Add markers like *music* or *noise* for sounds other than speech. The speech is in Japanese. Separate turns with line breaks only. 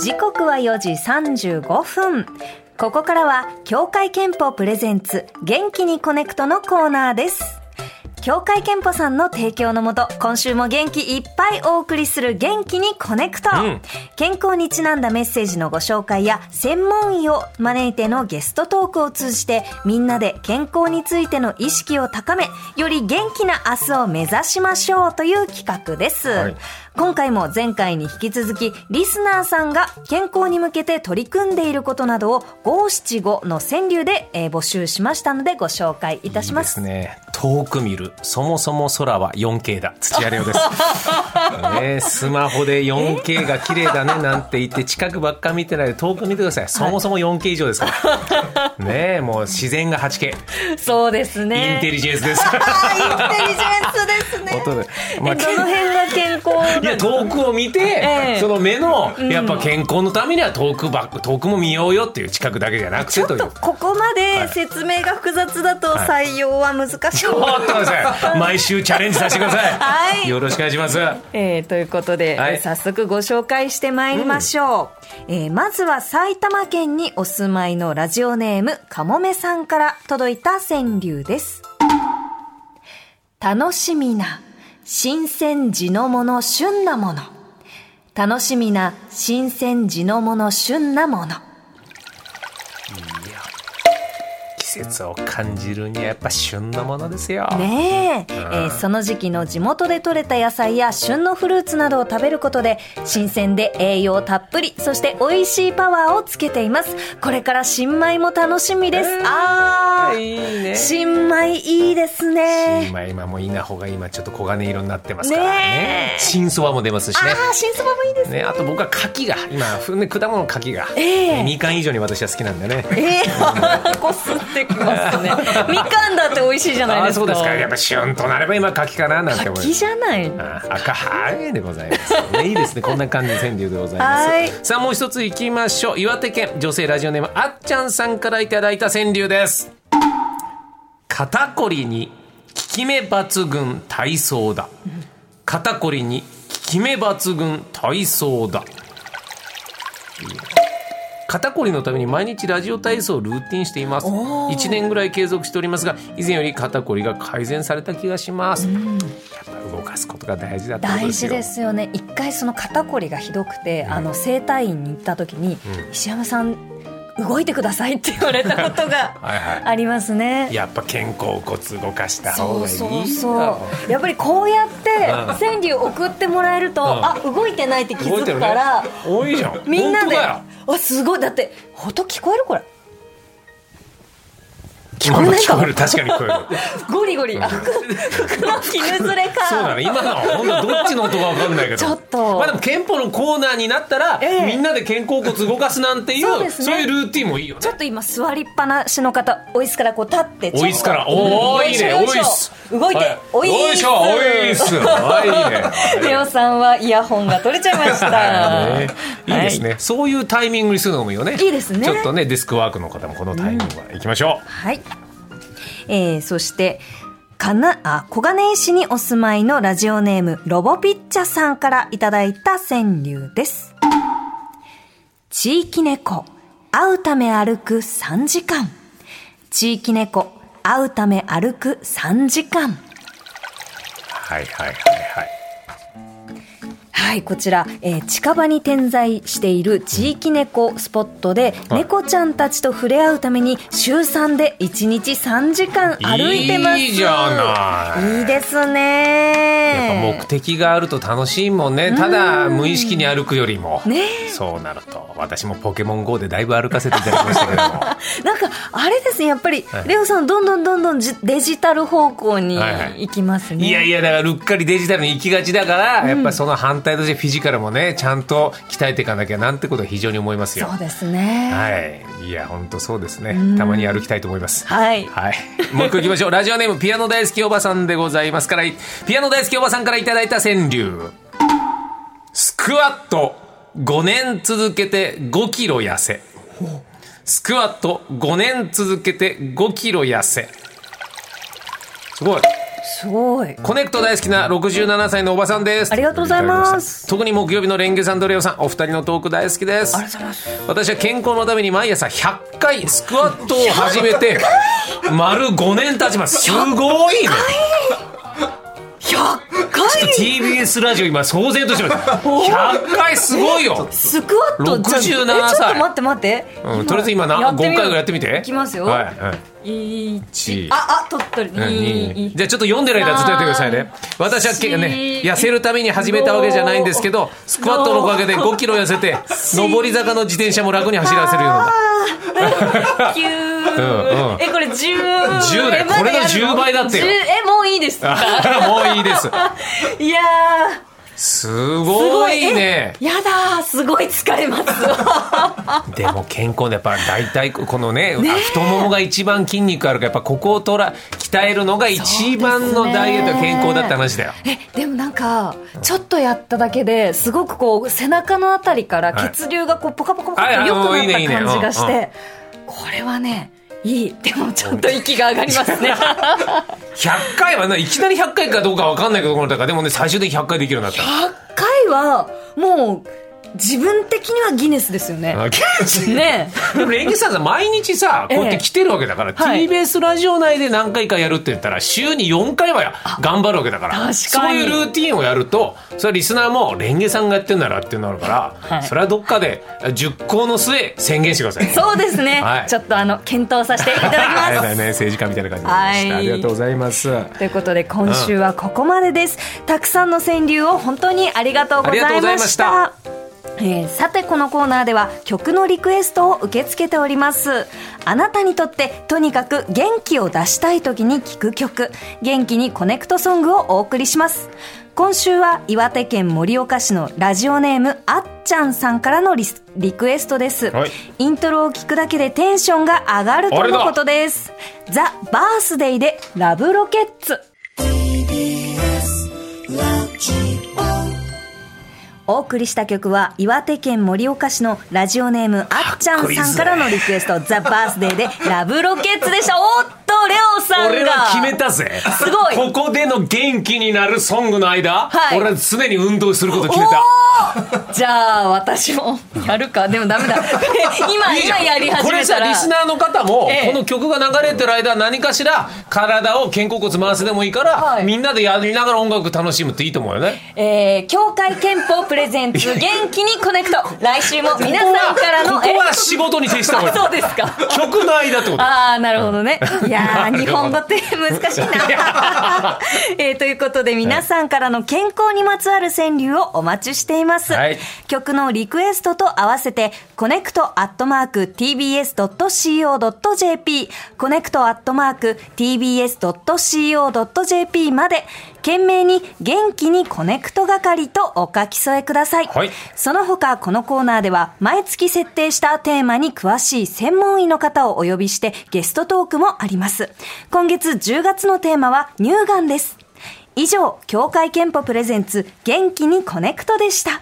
時刻は4時35分ここからは協会憲法プレゼンツ元気にコネクトのコーナーです協会憲法さんの提供のもと今週も元気いっぱいお送りする「元気にコネクト」
ん
健康にちなんだメッセージのご紹介や専門医を招いてのゲストトークを通じてみんなで健康についての意識を高めより元気な明日を目指しましょうという企画です、
はい
今回も前回に引き続きリスナーさんが健康に向けて取り組んでいることなどを五七五の川柳で、えー募集しましたのでご紹介いたします
いいですね。遠く見る。そもそも空は 4K だ。土屋レ
*laughs*
オです。ねえ、スマホで 4K が綺麗だねなんて言って近くばっか見てないで遠く見てください。そもそも 4K 以上で
*laughs*
すから。ねえ、もう自然が 8K。
そうです
イ
ね
ンテリジェンスです。
あーインテリジェンスですね
音でまあ
えどの辺が健康
いや遠くを見て、
ええ
その目のやっぱ健康のためには遠くばっ遠くも見ようよっていう近くだけじゃなく
ち
て
ょっ
という。
とここまで説明が複雑だと採用は難しい、
*laughs* おっとください。毎週チャレンジさせてください。
はい
よろしくお願いします。
えーということで、
はい
えー早速ご紹介してまいりましょう、えーまずは埼玉県にお住まいのラジオネームかもめさんから届いた川柳です楽しみな新鮮地のもの旬なもの楽しみな新鮮地のもの旬なもの
季節を感じるにはやっぱ旬のものですよ。
ねええーその時期の地元で採れた野菜や旬のフルーツなどを食べることで新鮮で栄養たっぷりそして美味しいパワーをつけていますこれから新米も楽しみです、あー
いいね。
新米いいですね
今今もう稲穂が今ちょっと黄金色になってますからね
ねえ
新そばも出ますし
あ
ね
あー新そばもいいですね
ねあと僕は柿が今ふね果物の柿が、
ええ
みかん以上に私は好きなんだよね
え
*laughs*
ー、こすってきますねみかんだって美味しいじゃない
ああ
で
ー
すか
そうですかやっぱ旬となれば今柿かななんて思います
柿じゃない
あ赤はいでございます、ね。いいですね。こんな感じの川柳でございます。
はい
さあもう一つ行きましょう。岩手県女性ラジオネームあっちゃんさんからいただいた川柳です。肩こりに効き目抜群体操だ。肩こりに効き目抜群体操だ。肩こりのために毎日ラジオ体操をルーティンしています
おー
1年ぐらい継続しておりますが以前より肩こりが改善された気がします、やっぱ動かすことが大事だってこと
大
です
事
よ
ですよね一回その肩こりがひどくて、あの整体院に行った時に、石山さん動いてくださいって言われたことが
*laughs* はいは
ありますね
いやっぱ肩甲骨動かした方
そ
が
う
いい
そうそうやっぱりこうやって
うん
川柳送ってもらえると、あ動いてないって気づくから、
多いじゃん
みんな
本
で
当だよ
あすごいだって音聞こえるこれ
聞
こえないか
*laughs* 聞こえる確かに聞こえる
ゴリゴリ、あ服服の絹ずれか
そうなの今のはほんとどっちの音かわかんないけど
ちょっと
まあでも憲法のコーナーになったら、
ええ
みんなで肩甲骨動かすなんていう
そうですね
そういうルーティンもいいよね
ちょっと今座りっぱなしの方おいすからこう立ってちょっと
おいすから、
うん
おーいいね、
よ
お
しょ
い
よ
す
し。ょ動いて、おいす
おいしょ、お
*laughs*
いす。あいいね。
レオさんはイヤホンが取れちゃいま
*laughs*
した
ねいいですね、そういうタイミングにするのもいいよね。
いいですね
ちょっとね、デスクワークの方もこのタイミングは行きましょう。
はい、えーそしてかなあ小金井市にお住まいのラジオネームロボピッチャさんからいただいた川柳です地域猫会うため歩く3時間地域猫会うため歩く3時間
はいはいはいはい。
はい、こちら、えー近場に点在している地域猫スポットで、
はい
猫ちゃんたちと触れ合うために週3で1日3時間歩いてます。
いいじゃない
いいです
やっぱ
ね。
目的があると楽しいもんね。ただ無意識に歩くよりも。
ね
そうなると、私もポケモン GO でだいぶ歩かせていただきましたけども。
なんかあれですね、やっぱり、
い
レオさんどんどんどんどんじデジタル方向に
はいはい
行きますね。
いやいやだからうっかりデジタルに行きがちだから、やっぱその反対としてフィジカルもねちゃんと鍛えていかなきゃなんてことは非常に思いますよ
そうですね。
はいいや本当そうですねたまに歩きたいと思います
はい
はいもう一個いき
*laughs*
ましょうラジオネームピアノ大好きおばさんでございますからピアノ大好きおばさんからいただいた川柳スクワット5年続けて5キロ痩せスクワット5年続けて5キロ痩せすごい
すごい。
コネクト大好きな67歳のおばさんです
ありがとうございます
特に木曜日のレンゲさんとレオさんお二人のトーク大好きです
ありがとうございます。
私は健康のために毎朝100回スクワットを始めて丸5年経ちますすごいね
100回
TBS ラジオ今騒然としてます100回すごいよ、
スクワットじゃんえちょっ
67
と待って待って。
うん、とりあえず今な
や
5
ってみ
回
よう
ぐらいやってみて
いきますよ。
はいはい
一
一
あ、あ、取ってる。
じゃあ
2
ちょっと読んでる間はずっとやってくださいね。私はけね、痩せるために始めたわけじゃないんですけど、スクワットのおかげで5キロ痩せて、上り坂の自転車も楽に走らせるようになっ
九。
んうん
え、これ10。
10だ
え
よ
ま
これの
やる
10倍だってよ
10え、もういいですか。
た。 *laughs* もういいです。
*laughs* いやー。
す
す
ご
ごい
いね。
えやだーすごい疲れます
*laughs* でも健康でやっぱ大体このね、あ太ももが一番筋肉あるから、やっぱここをとら、鍛えるのが一番のダイエットは健康だって話だよ。
えでもなんかちょっとやっただけですごくこう背中のあたりから
はい
血流がこうポカポカポカっ
はいは
て
い
良く
もう
ない
い
った
ねいいね
感じがし
うんう
てこれはねいいでもちょっと息が上がります
*laughs*
ね
100回はないきなり100回かどうかわかんないけど、この高でもね、最終的に100回できるようにな *laughs* った。
100回はもう自分的にはギネスですよね
あ
ね
でもレンゲさんさ毎日さこうやって来てるわけだから、
ええはい
TBS ラジオ内で何回かやるって言ったら週に4回はや頑張るわけだから
確かに
そういうルーティンをやるとそれはリスナーもレンゲさんがやってんならってなるから、
はい
それはどっかで熟考の末宣言してください。
そうですね、
はい
ちょっとあの検討させていただき
あれ
ます
だよね政治家みたいな感じでした、
はい
ありがとうございます。
ということで今週はここまでです、たくさんの川柳を本当にありがとうござい
ありがとうござい
ま
ま
し
したた
えーさてこのコーナーでは曲のリクエストを受け付けておりますあなたにとってとにかく元気を出したい時に聴く曲元気にコネクトソングをお送りします今週は岩手県盛岡市のラジオネームあっちゃんさんからのリスリクエストです、
はい
イントロを聞くだけでテンションが上がるとのことですザ・バースデイでラブロケッツお送りした曲は岩手県盛岡市のラジオネームあっちゃんさんからのリクエスト「ザ・バースデーで「ラブロケッツ」でしたおっとレオさんが
俺は決めたぜ
すごい
ここでの元気になるソングの間、
はい
俺は常に運動すること決めた
じゃあ私
*laughs*
もやるかでもダメだ *laughs* 今
いいじゃ
今
ん
やり始
こ
め
れ
た
さ
ら
リスナーの方も、
ええ
この曲が流れてる間何かしら体を肩甲骨回すでもいいから、
はい
みんなでやりながら音楽楽しむっていいと思うよね
えー、協会憲法プレゼンツ元気にコネクト来週も皆さんからの
ここはここは
え
仕事に徹した
あ
方が
*laughs* そう
いい
ですか
曲の間ってこと
ああなるほどねいやー
なるほど
日本語って難しい
*laughs*
な、えーということで皆さんからの健康にまつわる川柳をお待ちしています、
はい
曲のリクエストと合わせてコネクトアットマーク tbs.co.jp コネクトアットマーク tbs.co.jp まで懸命に元気にコネクト係とお書き添えください、
はい
その他このコーナーでは毎月設定したテーマに詳しい専門医の方をお呼びしてゲストトークもあります。今月10月のテーマは乳がんです。以上、協会憲法プレゼンツ元気にコネクトでした。